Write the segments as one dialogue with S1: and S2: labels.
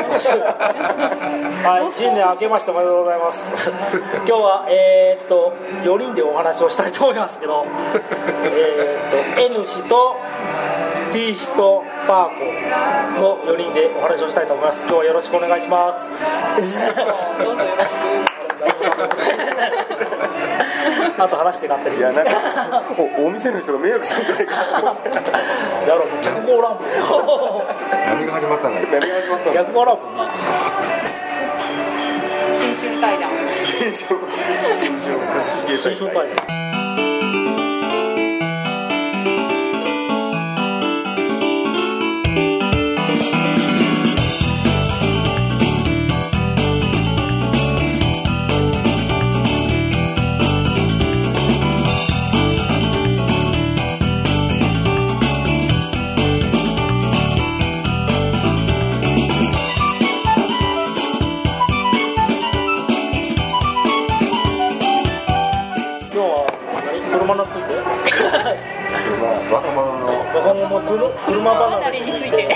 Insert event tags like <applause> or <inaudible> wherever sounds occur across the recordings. S1: はい、新年明けましておめでとうございます。今日は、えーっと、4人でお話をしたいと思いますけど、えーっと、N 氏と T 氏とパーコの4人でお話をしたいと思います。今日はよろしくお願いします。
S2: どうぞよろし
S1: あと話してかったり
S3: い。やなんかおお店の人が迷惑しちゃうんじゃないかなと思って
S1: だろう、逆語おらんもん。
S4: 何が始まったんだ
S3: 何が始まったんだ
S1: 逆語おらんもんな。
S2: く新春会談
S3: 新春新春隠し
S1: 新
S3: 芸
S1: 春
S3: 大
S1: 会
S3: 会
S1: だ。今日は何車について
S4: まあ若者の
S1: 若者の車車
S2: か
S1: 離
S2: な
S1: れ
S2: りについ <laughs> て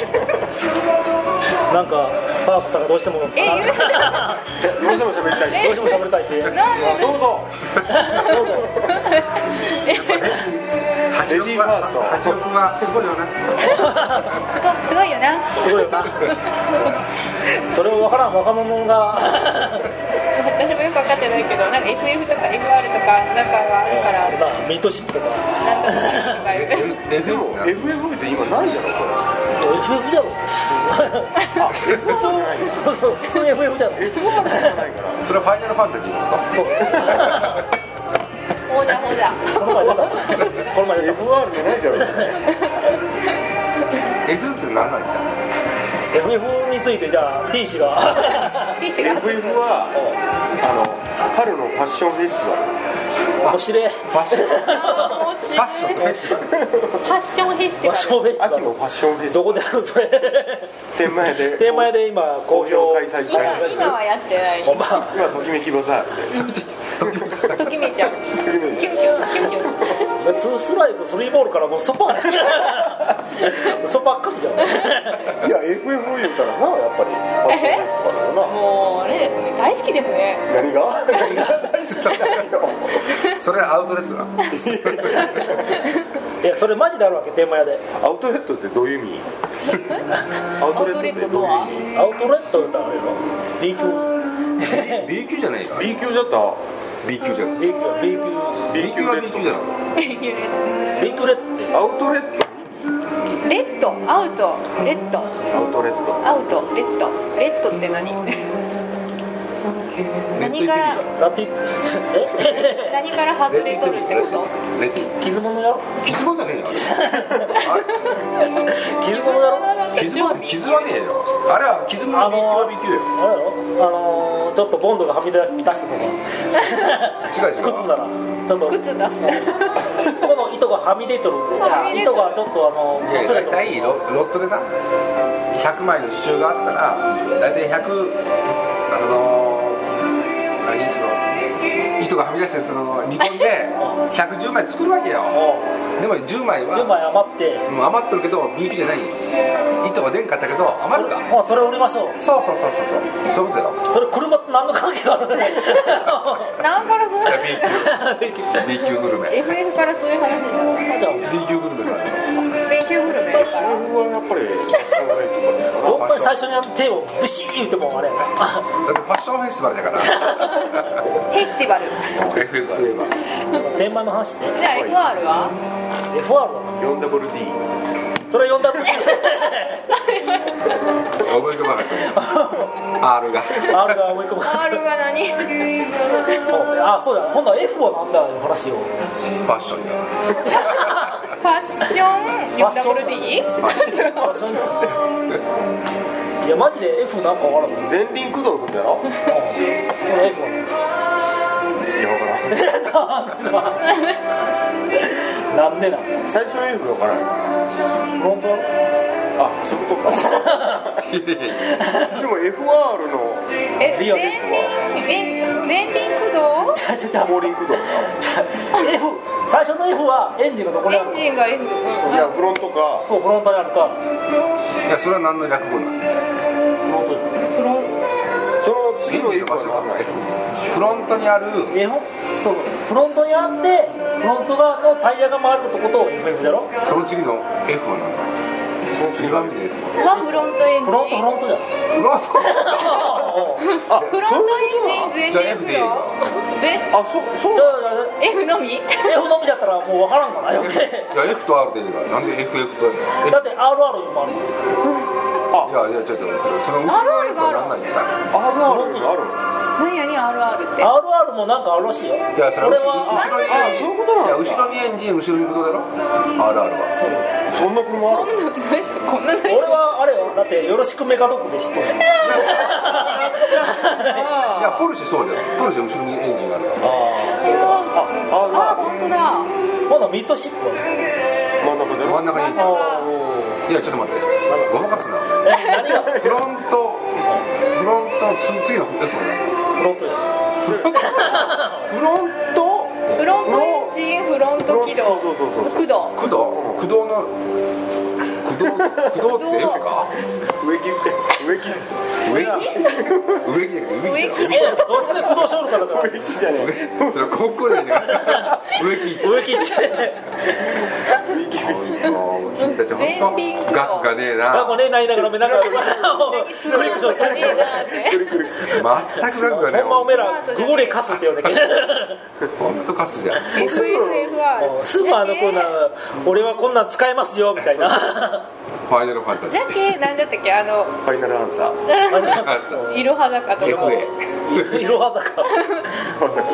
S1: なんかパーコさんがどうしても
S2: え言う
S3: どうしても喋りたい
S1: どうしても喋りたいって
S3: どうぞ
S1: どうぞ
S3: レディーファースト
S4: 八億はすごいよね
S2: すごすごいよな
S1: すごいよなそれを分からん若者が
S2: 私もよく分かってないけどなんか FF とか FR とかなんかがあるからなん
S1: なミートシップとか
S2: とかとかいる
S4: え
S3: でも FFV って今ないじゃろこ
S1: FF だろそうそう普通に FF だろ
S3: れ FFR じゃないから
S4: それはファイナルファンタジーのこ
S1: そう
S2: ほうだほうだ
S1: この前出たこの前出た
S3: FR じゃないじゃろ
S4: と F って何なんですか
S1: FF についてじゃあ T 氏が
S2: フィッシュが熱い
S3: FF はあの春のファッションフェスティバル
S1: 面白い
S4: ファッション
S2: あー面
S4: ファッションとフ
S2: 白い
S4: ェスティバル
S2: ファッションフェスティ
S1: 場
S2: バル
S1: 所フェスティバ
S3: 秋
S1: ル
S3: のファッションフェスティ
S1: ど
S3: バ
S1: こでやるのそれ
S3: ル天満屋で
S1: 手前で今好
S3: 好評
S1: 評
S3: 開催中
S2: 今今はやってない
S1: 本番
S3: 今ときめきバザールで
S2: ときめいちゃうキュンキュンキュンキュン
S1: ツーストライクスリーボールからもうそ
S2: <laughs>
S1: ばねそばっかりじゃん
S3: いや FFV 言うたらなやっぱりファッションフェスティバルだな
S2: もうあれですね大好きですね
S3: 何が何が大好きなんだよ
S4: それはアウトレットだ
S1: いやそれマジであるわけ天満屋で
S3: アウトレットってどういう意味 <laughs> アウトレットってどういう意味
S1: アウトレットだったらあれやろ B 級
S4: B 級じゃないか
S3: B 級だった
S4: B 級じゃない
S1: B 級 B
S4: B 級は B 級じゃな
S2: <laughs>
S4: い
S1: 級 B 級レッドって
S3: アウトレット
S2: レッドアウトレッド
S3: アウトレット
S2: アウトレッドレッドって何
S4: ネット
S2: 何から
S1: ラティえ <laughs>
S2: 何から外れとるってこと
S4: レティ
S1: 傷物やろ
S4: 傷もじゃねえよあれ
S1: 傷物やろ
S4: 傷も傷はねえよあれは傷も B 級は B 級
S1: あ
S4: よ
S1: れやろあのー、ちょっとボンドがはみ出してたとか
S4: 違う違う
S1: 靴ならちょっと
S2: 靴出す
S1: ここの糸がはみ出とるんで
S2: はみ出
S1: 糸
S2: とる
S1: がちょっとあの
S4: いや
S1: ずれとる
S4: 大体ロロットでな100枚の支柱があったら大体100あその何その糸がはみ出してその見込んで110枚作るわけよ
S1: も
S4: でも10枚
S1: う10
S4: は
S1: 枚余って
S4: うん余ってるけど B 級じゃない糸が出んかったけど余るか
S1: もうそれ売りましょう
S4: そうそうそうそうそうそういうことよ
S1: それ車と何の関係があ
S4: <laughs>
S1: るの <laughs>
S2: 何からその話
S4: B 級グルメ
S2: FF からそういう話になっ
S4: B 級グルメだね
S2: た勉強グルメだか
S3: これ
S2: ら
S3: はやっぱり
S1: ほんまに最初にあの手をブシーン言ってもあれやな
S4: だってファッションフェスティバルだから
S2: フェスティバル
S4: FF といえば
S1: 天満の話で
S2: じゃあ FR は
S1: FR は
S3: 4WD
S1: それ呼ん
S2: <laughs>
S1: だ時に
S4: 覚えてなかったね R が
S1: R が思い込む
S2: R が何
S1: あそうだ今度は F はなんだよ話を
S4: ファッションよ
S2: ファッション 4WD?
S1: いやマジで F なんかわからんない
S3: 前輪駆動のことやろいやわからん
S1: F はなんでなん
S3: <laughs> 最初の F わからん
S1: フロントやろ
S3: あそういうことか <laughs> でも FR の
S2: え
S1: リオ
S2: 前輪え前輪駆動
S1: ちゃちゃちゃ
S3: 後輪駆動や
S1: ちゃ F 最初の F はエンジンがどこにある
S2: エン
S1: の
S2: ジンが F
S3: ろいやフロントか
S1: そうフロントにあるか
S4: いやそれは何の略語なの
S1: フロントに
S4: る場所がフロントにある
S1: えほんそうフロントにあってフロント側のタイヤが回るとことを FF だろ
S4: その次の F は何だその次の F で
S2: それはフロントエンジ
S1: フ
S2: ン
S1: ロントフロン
S2: <laughs>
S1: トじゃん
S4: フロント <laughs>
S3: あ
S2: フロントエンジン
S4: そう
S2: 全
S4: いう
S2: 然
S4: こ
S3: あ
S2: 黒ぜ
S4: とじゃあ
S3: そうそう
S1: じゃ
S2: F の
S1: あ
S2: み
S1: F のみだったらもう分からんからよだ
S4: いや F と R でいいからなんで FF <laughs> と F
S1: って RR にもあるもん
S4: いやいやちょっとその後ろの F はなんないんだ
S3: RR がある
S2: 何やに RR って
S1: RR もなんかあるらしいよ
S4: いやそれ
S1: 俺
S4: 後ろ
S1: は
S4: 後ろに
S3: あそういうことなんだ
S4: や後ろにエンジン後ろに行くことだろ RR は
S1: そ
S3: そん
S1: う
S3: な車ある
S2: こんな
S1: 俺
S2: の
S1: はあれよだってよろしくメカドックで知ってる <laughs>
S4: いやポルシェそうじゃんポルシェ後ろにエンジンがあるか
S2: あ
S4: ら
S3: あ
S2: 本当だ
S1: 今度ミッドシップは
S3: RR 真ん中で
S4: 真ん中にエンジン
S1: あ
S4: いやちょっと待ってごまかすな
S1: え何が
S4: フロントフロントつ次の F は
S1: フ
S4: 何だ
S1: ロントじゃん
S3: フロント
S2: フロントエンジンフロント軌道
S3: そうそうそうそう
S2: 駆動
S4: 駆動駆動の駆動駆動って F か
S3: 植木植木
S4: 植木植木じゃなくて植木じゃない
S1: えどっちで駆動しょるからだから
S3: 植木じゃねえ
S4: 植木それ高校生じゃなくて植木
S1: 植木行って
S4: 君たち本
S2: 前輪駆
S4: 当
S2: 動
S4: 学がねえな
S1: なんかねないながら目なんかクリックしよう
S2: ねえなって
S4: 全く学がねえ
S1: ほんまおめえらグゴレカスって呼んだけど
S4: 本当カスじゃん
S1: <laughs>
S2: FFFR
S1: すぐあのコーナー俺はこんなん使えますよみたいな
S4: ファイナルファンタジ
S2: じ
S4: ー
S2: ゃけなんだったっけあの
S3: ファイナルアンサー
S2: いろは坂とか
S4: FA
S1: いろは <laughs> 坂
S3: まさか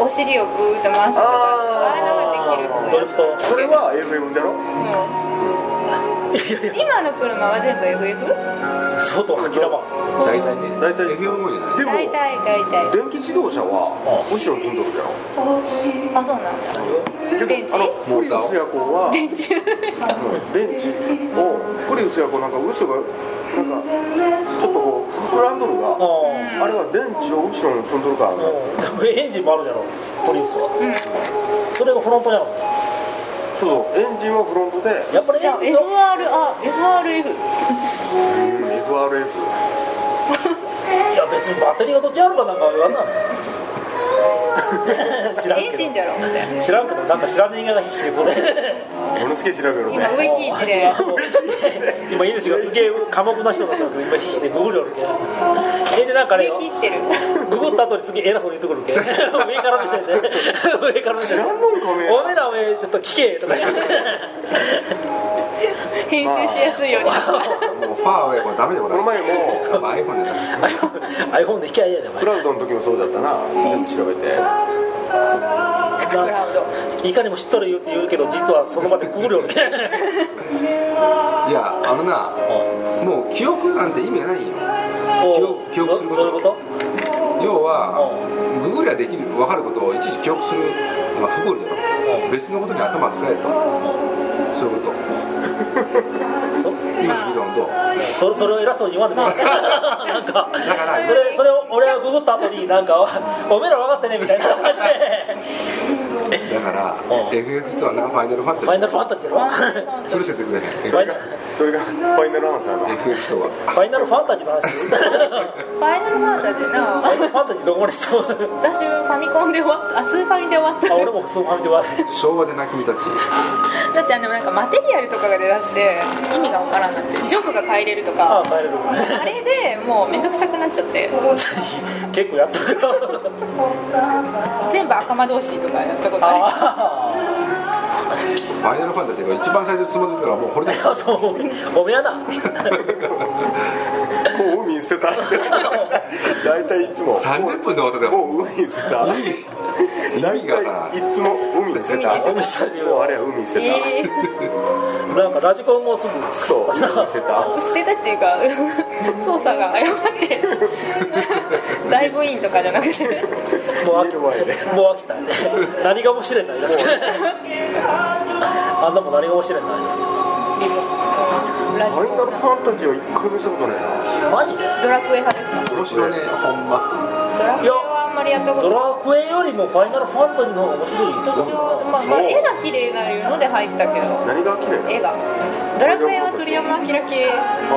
S2: お尻をグーッと回すとかああいうのができ
S1: ド
S2: る
S1: リフト
S3: それは FM じゃろ
S2: ツール今の車は全部 FF?
S1: 外はきらば
S4: 大体ね
S3: 大体
S4: FA じゃない
S3: でも
S2: 大体大体
S3: 電気自動車は後ろに積んどるじゃろ
S2: あそうなんだ電池
S3: あの
S4: モ
S3: プ
S4: ー
S3: リ
S4: ターを
S3: ウスやこは電池をプリウスやこなんか後ろがなんかちょっとこう膨らんどるがあれは電池を後ろに積んどるからね
S1: でもエンジンもあるじゃろポリウスは、それがフロントやろ
S3: そうそうエンジンはフロントで
S1: やっぱり
S2: じ
S1: エ
S2: ゃあ
S1: ンジンの
S2: FR あ FRF
S3: FRF
S1: いや別にバッテリーがどっちあるかなんかわかんない
S2: <laughs>
S1: 知らん
S2: エンジ
S1: け
S2: ンじゃろみたいな
S1: ど知らんけどなんか知らん人間が必死でこれ
S3: ものすげえ調べるね
S2: 今植木市で
S1: 今いいですがすげえ寡黙な人だったから今必死でググるよるけえでなんかね
S2: 植木行ってる
S1: ググった後に次偉そうに言ってくるけ上から見せ
S2: <laughs>
S1: て上から見せて
S3: なんなんかおめえら
S1: おめえらおめえちょっと聞けとか
S3: <laughs>
S1: 言って
S2: 編集しやすいように
S4: もうファーウェイはダメだよ
S3: こ
S4: これ
S3: の前も
S4: iPhone じゃない
S1: iPhone で引きゃいいやねお
S3: クラウドの時もそうだったな全部調べて
S2: クラウド
S1: 前いかにも知っとるよって言うけど実はその場でググ
S4: <laughs>
S1: るよるけ
S4: いやあのなもう記憶なんて意味がないよ
S1: お
S4: 記憶記憶するこ
S1: どど
S4: と
S1: ういうこと
S4: 要はググりゃできる分かることをいちいち記憶するまあ不合理だろ別のことに頭使えとそういうこと
S1: そ
S4: 今の議論どう
S1: それそれを偉そうに言わんでもいい <laughs> なんか
S4: だから
S1: それそれを俺はググった後になんか <laughs> おおめえら分かってねみたいな感じで
S4: <laughs> だから
S1: うん
S4: FF とはなファイナルファン
S1: ファイ
S4: タ
S1: ナルファンタジーやろ
S4: <laughs> ジーそれ説明くれ
S1: ファイナ
S3: それがファイナルアンサーの
S4: FF とは
S1: ファイナルファンタジーの話
S2: ファイナルファンタジーな
S1: ファンタジーどこまでしとる
S4: <laughs>
S2: 私はファミコンで終わったあスーファミで終わっ
S1: あ
S2: た
S1: 俺も普通のファミでは
S4: 昭和でな君たち
S2: だってあのなんかマテリアルとかが出だして意味がわからんなってジョブが変えれると
S1: ああ
S2: か
S1: 帰れる
S2: あれでもう面倒くさくなっちゃって
S1: <laughs> 結構やったけど
S2: 全部赤魔同士とかやったことある
S1: <laughs> あ
S4: ファイナルファンタジーが一番最初につまずいたからもうこれだよ
S1: あそうおめえやな
S3: もう海に捨てた大体いつも
S4: 30分で終わったでも
S3: もう海に捨てた
S4: 意味がわからん
S3: いつも海に捨てた
S1: 海に捨てた
S3: もうあれは海に捨てた、
S2: え
S1: なんかラジコンもすぐ
S3: そう海に捨てた
S2: ー、捨てたっていうか <laughs> 操作が誤 <laughs> って大部員とかじゃなくて
S1: もう
S3: 見る前で
S1: 飽もう飽きたね何が面白いんだいですけどあんなもん何が面白いんだいですけど
S2: リモラジ
S3: ファイナル
S2: コン
S3: ファンタジーは一回もしたことないな
S1: マジで
S2: ドラクエ派ですか
S4: 面白いねほんま
S2: ドラクエはあんまりやったこと
S1: ド
S2: ない
S1: ラクエよりもファイナルファンタジーの方が面白い
S2: 特徴、まあ、まあ絵が綺麗ないうので入ったけど
S3: 何が綺麗な
S2: 絵がドラクエは鳥山明系の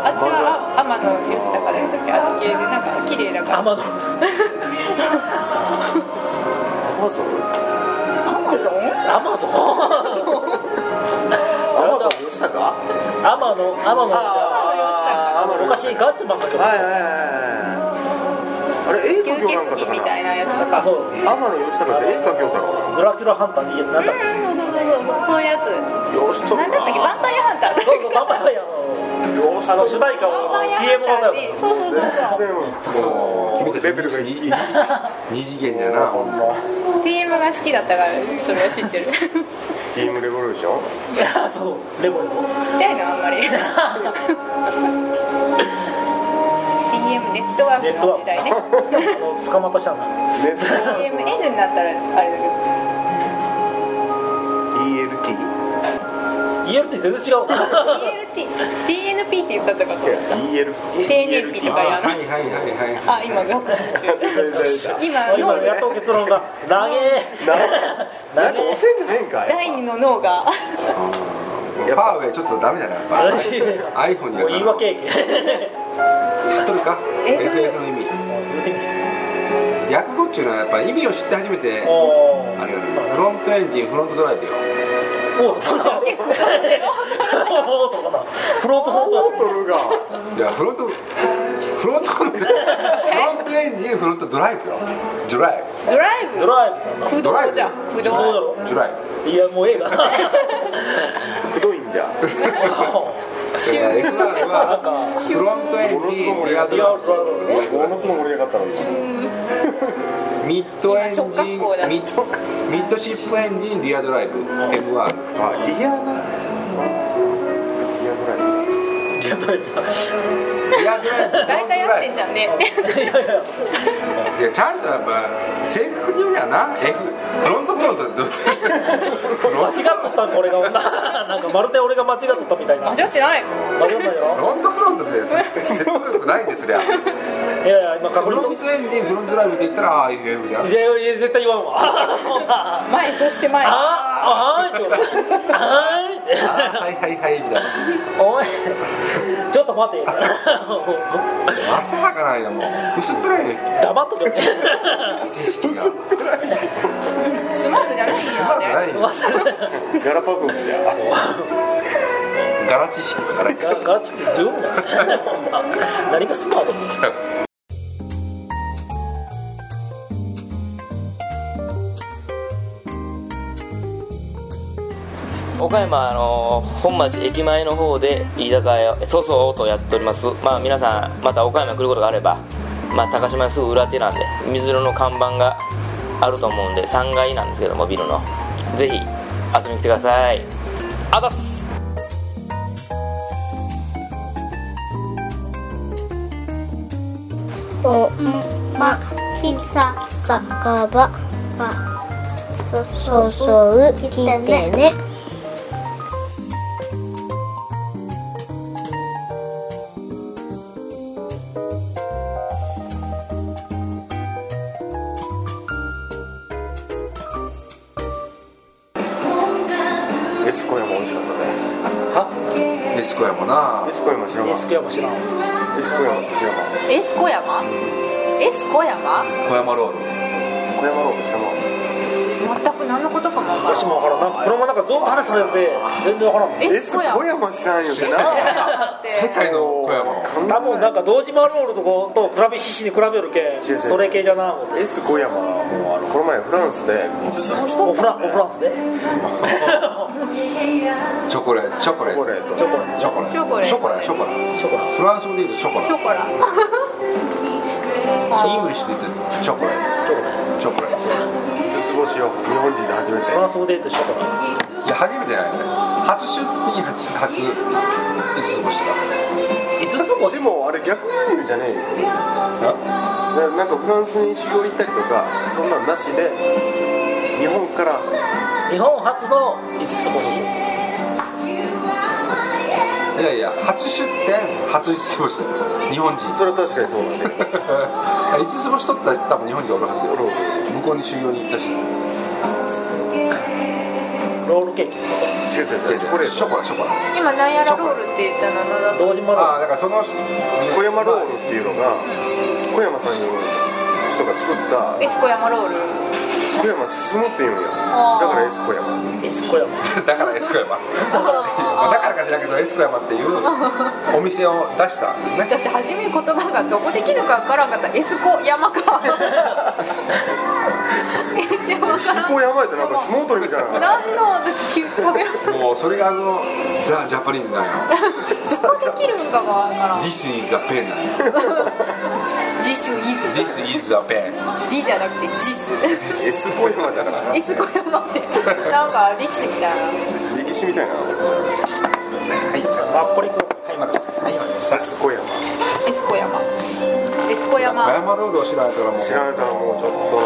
S2: さあっちはあ天野義高でしたっけあっち系でなんか綺麗だから
S1: アマゾン
S3: アマゾン
S1: アマゾン
S2: アマゾン
S3: アマゾン吉高
S1: アマのアマの
S3: ああアマゾン
S1: 昔ガッチャマンかけ
S3: はい
S1: た
S3: はいはいはいあれ絵描
S2: 吸
S3: きよ
S2: 血
S3: うなんか
S2: 鬼
S3: か
S2: みた
S3: ない
S2: なやつとか
S1: あそうう
S3: 天野義高って絵描きようたのか
S1: ドラキュラハンター逃げるなんだっけ
S2: んそうそうそ
S3: な義高
S2: うそうそういうやつなんだったっけバンパイアハンターだっ
S1: そうそう
S2: け
S1: バンパ
S3: 義
S1: イア
S3: 高
S1: のあの主題歌
S2: バン
S1: を
S2: パイア
S1: TM
S2: ハンタ
S1: のだ
S2: ーに
S1: よ
S2: そうそうそうそう
S4: もう僕
S3: レベルが低い
S4: 二次元だなほんま
S2: TM が好きだったからそれは知ってるち
S3: ティームレボリューション
S1: いやそうレモンも
S2: っちゃいのあんま <laughs> り TM ネットワー
S1: ネッ
S2: ク
S1: ト
S2: の
S1: ワ
S2: 時
S1: ー
S2: 代ね
S1: クあの捕まったしたんだ
S3: ネッ
S2: TMN になったらあれだけど
S3: ELT
S1: 言えるって全然違う
S2: TLT TNP って言ったとかと
S3: ELT
S2: 定年日と
S4: あ
S2: か
S4: はい
S2: やな
S4: はいはいはいはい
S2: あ今学習中今
S1: 今
S2: 脳
S1: のやっと結論が長え
S3: なんか押せんじゃねえんか
S2: 第二の脳が
S4: ファーウェイちょっとダメだなやっぱ
S1: <laughs>
S4: iPhone には
S1: もう言い訳やけ
S4: 知っとるか
S2: え
S4: FF の意味
S1: 言うてみて
S4: 訳語っていうのはやっぱ意味を知って初めて
S1: おー
S4: あれなんですよフロントエンジンフロントドライブよ
S1: おーとかなおーとかなフロートフロート
S3: 取るが
S4: いやフロントフロントフロントエンジンフロントドライブよドライ
S2: ドライブ
S1: ドライブ
S2: 駆
S4: ブドライ
S2: 動
S4: ブ
S2: じゃん
S4: ド
S2: 駆
S1: 駆動
S2: 動
S1: だろ
S4: ドライ
S1: いやもうええがな
S3: くどいんじゃ
S4: ブで F
S1: なん
S4: は
S1: か
S4: フロントエンジンリアド
S1: リア
S4: ラ
S1: ルドラゴンね
S3: ものすごい盛り上がったの
S4: ミッドエンジン
S2: 今直角行だ
S4: ミッドミッドシップエンジンリアドライブ FR
S3: 今あリアなリアぐらい
S1: じゃあどうやった
S4: リアドライブ
S2: 大体やってんじゃん
S1: い
S2: ね
S1: やいや
S4: いやちゃんとやっぱ正確に言うやな F フロントフロントってどうフ
S1: 間
S4: ロ
S1: 違
S4: ン
S1: っ
S4: ト
S1: とったんこれがななんかまるで俺が間違っとったみたいな
S2: 間違ってない
S1: 間違った
S4: フ
S1: よ
S4: ロントフロントって説得力ないんですりゃ
S1: いやいや今
S4: <laughs> フ
S1: 確
S4: ロ
S1: 認
S4: ントエンジンフロントドライブって言ったらああ FF じゃん
S1: いやいや絶対言わん <laughs> わそんな
S2: 前そして前
S1: ああーいって俺
S4: あ
S1: あ
S4: はいはいはいみたいな
S1: ーいお前ちょっと待て
S4: 浅はかないよもう薄っぺらいよ
S1: 黙っとけよ
S4: 知識が
S2: スマートじゃないよ
S4: つまら
S2: あ
S4: な
S2: れ
S4: いよ
S3: ガラパゴスじゃ
S4: ガラ知識ガラ知識
S1: ガガラチックス十分だよほんま何がスマート
S5: 岡山あの本町駅前の方で居酒屋をそうそうとやっておりますまあ皆さんまた岡山来ることがあればまあ高島のすぐ裏手なんで水色の看板があると思うんで3階なんですけどもビルのぜひ遊びに来てくださいあざっす
S6: おまきささかばまそそうきてね
S3: エスコヤも美味しかったね
S4: エスコやもな
S3: エスコヤも知らんわ
S1: にスクヤも知らんあ
S3: エスコヤも知らんわ
S2: エス小山エス小山
S4: 小山ロール
S3: 小山ローも知らんわ
S2: 全く何のことかも分
S1: 私もわからんなんかこれもなんかずっと話されて全然わからん
S2: からん
S3: エ
S2: エ
S3: ス
S2: ス
S3: コ
S2: 小山
S3: ヤも知らんよってな
S2: って
S4: 世界の小山ロー
S3: 神
S1: 多分なんか堂島ロールとこと比べ必死に比べるけ
S3: 違う違うん
S1: それ系じゃなも
S3: エス小山はもうあのこの前フランスで五つ星
S1: うフランフランスで
S4: チョコレチョコレ
S3: チョコレー
S1: チ
S3: ト
S1: ョコレ
S4: チョコレ
S2: チョコレ
S4: ショコラショコラ
S1: ショコラ
S4: フランス語で言うとショコラ
S2: ショコラ
S4: イングリッシュで言うとチョコレチョコレ
S3: 五つ星を日本人で初めて
S1: フランス語で言うとショコラ
S4: いや初めてじゃないよね初出品初初五つ星だ
S1: 五つ
S3: で
S1: 星
S3: もあれ逆輸入じゃねえよななんかフランスに修行行ったりとかそんなんなしで日本から
S1: 日本初の五つ星
S4: いやいや初出店初五つ星だよ日本人
S3: それは確かにそうなんだけど
S4: 五つ星取ったら多分日本人おるはずよ向こうに修行に行ったし
S1: ロールケーキ
S3: 違う違う違うチョコレー
S4: ショ
S3: ト
S4: コラショコラ
S2: 今なんやらロールって言ったのは何だと
S1: 堂島
S4: あ
S1: ロ
S4: あだからその
S3: 小山ロールっていうのが小山さんいう人が作った
S2: エスコ山ロール
S3: 小山進むっていうんや
S2: あー
S3: だからエス小山
S1: ールエスコヤマ
S4: <laughs> だからエスコ山まあだからかしらんけどエスコ山っていうお店を出したんですね
S2: 私初め言葉がどこできるかわからんかったエスコ山かエス山
S3: エス
S2: か
S3: 小山ってなんか相撲取りみたいな
S2: 何の私食べる
S4: もうそれがあのザ・ジャパニーズなんよ
S2: どこできるんかがわからん
S4: This is a pen なんよ
S2: ジスイズ
S4: This is a pen <laughs>
S2: ジじゃなくてジス
S3: エス小山じゃなかっ
S2: エスコ山ってなんか力士みたいな
S3: た歴史みたいな
S1: マッコリください
S3: エス小山
S2: エスコ山エスコ山
S4: ガヤマロールを知られたらもう
S3: 知られたらもうちょっと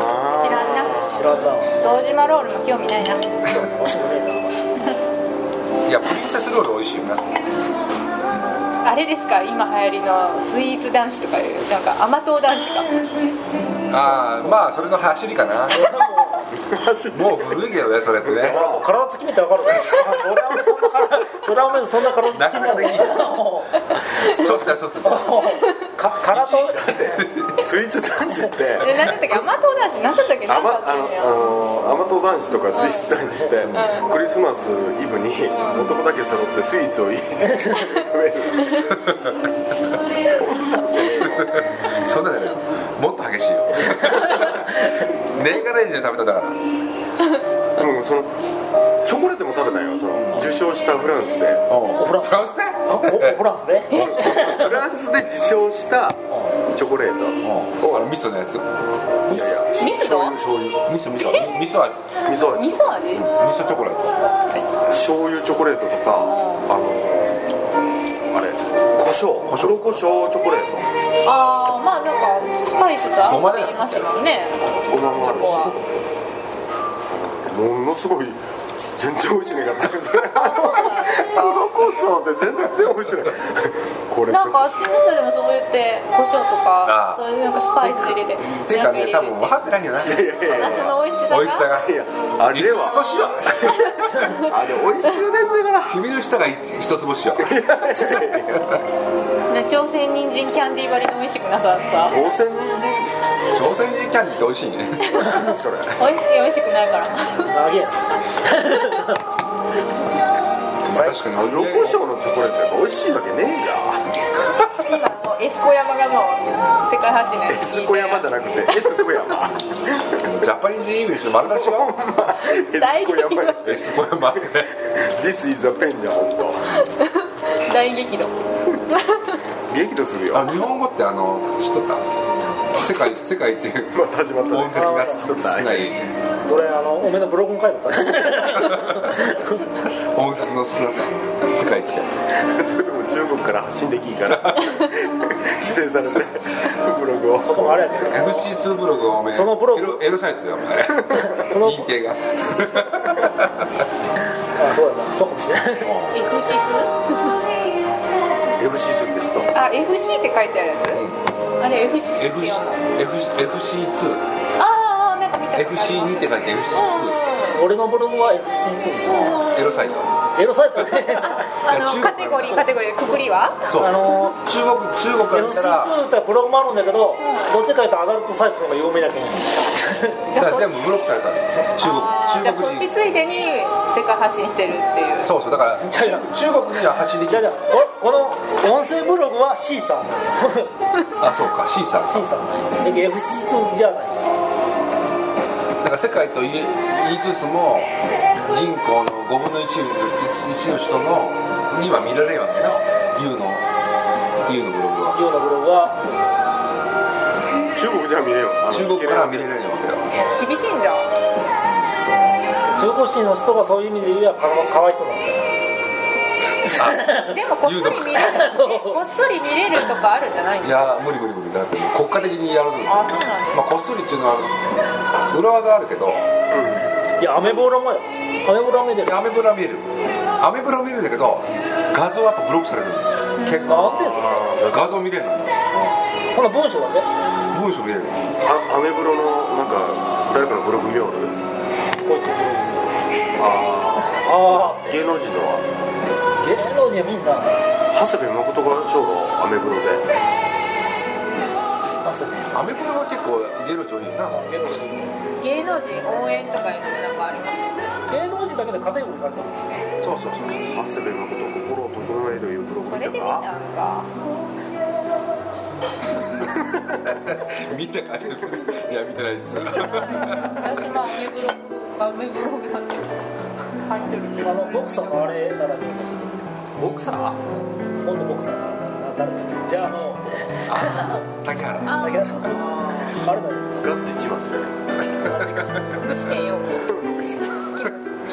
S2: 知
S3: な
S2: らんな <laughs>
S1: 知らんな
S2: 堂島ロールも興味ないな
S1: 面白いない
S4: やプリンセスロール美味しいよな
S2: あれですか今流行りのスイーツ男子とかいうなんか甘党男子か
S4: ああまあそれの走りかな
S3: 走って
S4: もう古いけどねそれってね
S1: ほらもう体つき見てわかるからそれはお前そんな体それはお前そんな体つき
S4: なかなかできない
S1: も
S4: ちょっとやそっとちょっ
S1: うもうか体と
S3: スイーツ男子って
S2: え何だったっけ甘党男子何だったっけ
S3: ア
S2: 何
S3: マ
S2: だった
S3: あの
S2: っけ
S3: あのアマト男子とかスイス男子ってクリスマスイブに男だけ揃ってスイーツをいい食べる
S2: <laughs>
S4: とそんなのよもっと激しいよ年がらレンジで食べたんだから
S3: うんそのチョコレートも食べたよその受賞したフランスで
S1: おフランス
S4: フランスね
S1: おおフランスね
S3: フランスで受賞したチョコレート
S4: そうあの味噌のやつ
S3: いやいや
S2: ミスド
S3: 醤油
S4: 味噌味噌味噌味
S3: 味噌
S2: 味
S3: 味
S2: 噌味
S4: 味噌チョコレート
S3: 醤油チョコレートとかあのあれ胡椒黒胡椒チョコレート
S2: ああまあなんかスパイスと合うって言いますもんね
S3: ごまもあ
S2: チョコは
S3: るしものすごい全然美味しいねかった <laughs> それ黒胡椒って全然美味しいねこれちょ
S2: なんかあっちの人でもそう言って胡椒とか
S4: あー
S2: そういうなんかスパイス入れて
S4: っていう
S2: な
S4: かね多
S2: ん入れる
S4: 分
S2: っ
S4: 分かってないんじゃない
S3: いやいやいや
S2: てあその美味しさ
S4: 美味しさが
S3: いやあれは
S4: 少しは
S3: あれ美味しいよねだから
S4: 君の舌が一一
S3: <laughs>
S4: つ星よ
S2: がね朝鮮人参キャンディー割りの美味しくなかった
S3: 朝鮮人参
S4: 朝鮮人キャンディーって美味しいね
S3: それ
S2: 美味しい美味しくないから
S1: 長えな
S4: 確かに
S3: 黒胡椒のチョコレートやっぱ美味しいわけねえや
S2: もうエスコ山がもう世界発信のや
S3: エ
S2: つ
S3: ス
S2: 聞い
S3: 小
S2: て
S3: 山じゃなくてエス小山
S4: ジャパニーズイングリッシュ丸出しよ
S3: エス小山や
S4: えすごい待って
S3: This is a pen じゃんほんと
S2: 大激怒
S3: 激怒するよ
S4: あ日本語ってあの知っとった世界世界っていう
S3: また始まった
S4: 音節が少ない
S1: それあのおめのブログに書いてた
S4: 音節の少なさ世界一だ
S3: <laughs> それでも中国から発信できんから <laughs> 規制されてブログを
S1: そうあれやね
S4: FC2 ブログはおめえ
S1: そのブログ
S4: エロエロサイトだよお前
S1: その
S4: 認定が
S1: あそうやなそうかもしれない
S2: FC す
S3: FC するって人
S2: あ FC って書いてあるやつ、あれ FC って読む
S4: FC2FC2
S2: ああなんか見たことある
S4: FC2 って書いて
S2: うん
S4: FC2
S1: 俺のブログは FC2
S4: エロサイト
S1: エロサイトで
S2: あ
S4: いや
S2: の
S4: 中国
S2: カテゴリーカテゴリーでくくりは
S4: そう
S1: あの
S4: 中国中国から見たら
S1: FC2 ってブログもあるんだけどどっちかいうとアダルトサイトの方が有名 <laughs> だけど
S4: だから全部ブロックされたんですよ
S2: あーじゃ
S4: 中
S2: あそっ
S4: 国中国
S2: ち
S4: 人
S2: ついでに世界発信してるっていう
S4: そうそうだから中中国には発信でき
S1: じゃあじゃ
S4: る
S1: あここの音声ブログは C さん
S4: あそうか C さん
S1: C さん FC2 じゃない
S4: だから世界と言い言いつつも人口の5分の 1, 1の人のには見られんわけな U の U のブログは
S1: ようなブログは
S3: 中国じゃ見れよあの
S4: 中国からは見れないわけよ
S2: 厳しいんだ
S1: 中国人の人がそういう意味で言えばかわかわいそうなんだよ
S2: でもこっそり見れる
S1: そう
S2: こっそり見れるとかあるんじゃない
S4: い
S2: の
S4: や無理無理無理だって国家的にやるの
S2: あ
S4: ま
S2: そうなん
S4: あこっそりっていうのは裏技あるけど
S1: いやアメブロもよアメブロは見てる
S4: アメブラ見るアメブラ見るんだけど画像はやっぱブロックされるの結
S1: なん
S4: 構
S1: でそ
S4: 画像見れるの
S1: れほな文章だね
S4: 文章見れる
S3: あアメブロのなんか誰かのブログ見よる
S1: こいつのブログ
S3: あ
S1: ああ
S3: 芸能人のは
S1: 芸能人はみんな
S3: 長谷部誠がちょうどアメブロで
S1: あそう
S4: アメコラは結構芸能上にな
S1: 芸能人
S2: 芸能人応援とかいうのもなんかありますよね
S1: 芸能人だけでカテゴリーされたの
S3: そうそうそう長谷部誠心を整えるいうブログ
S2: それ
S3: 見
S2: で見
S3: た
S2: たん
S3: か
S2: か
S4: <laughs> <laughs> 見たかっていや見てない <laughs> です
S2: 私まあアメブログアメブログだって入ってるけど
S1: あのボクサーのあれなら見た
S3: ボクサー
S1: 元ボクサーの誰だっけジャーの
S4: 竹原
S2: あ
S1: だけどあれだよ
S3: ガッツ一番すね
S2: <laughs> 無視してよ
S3: あ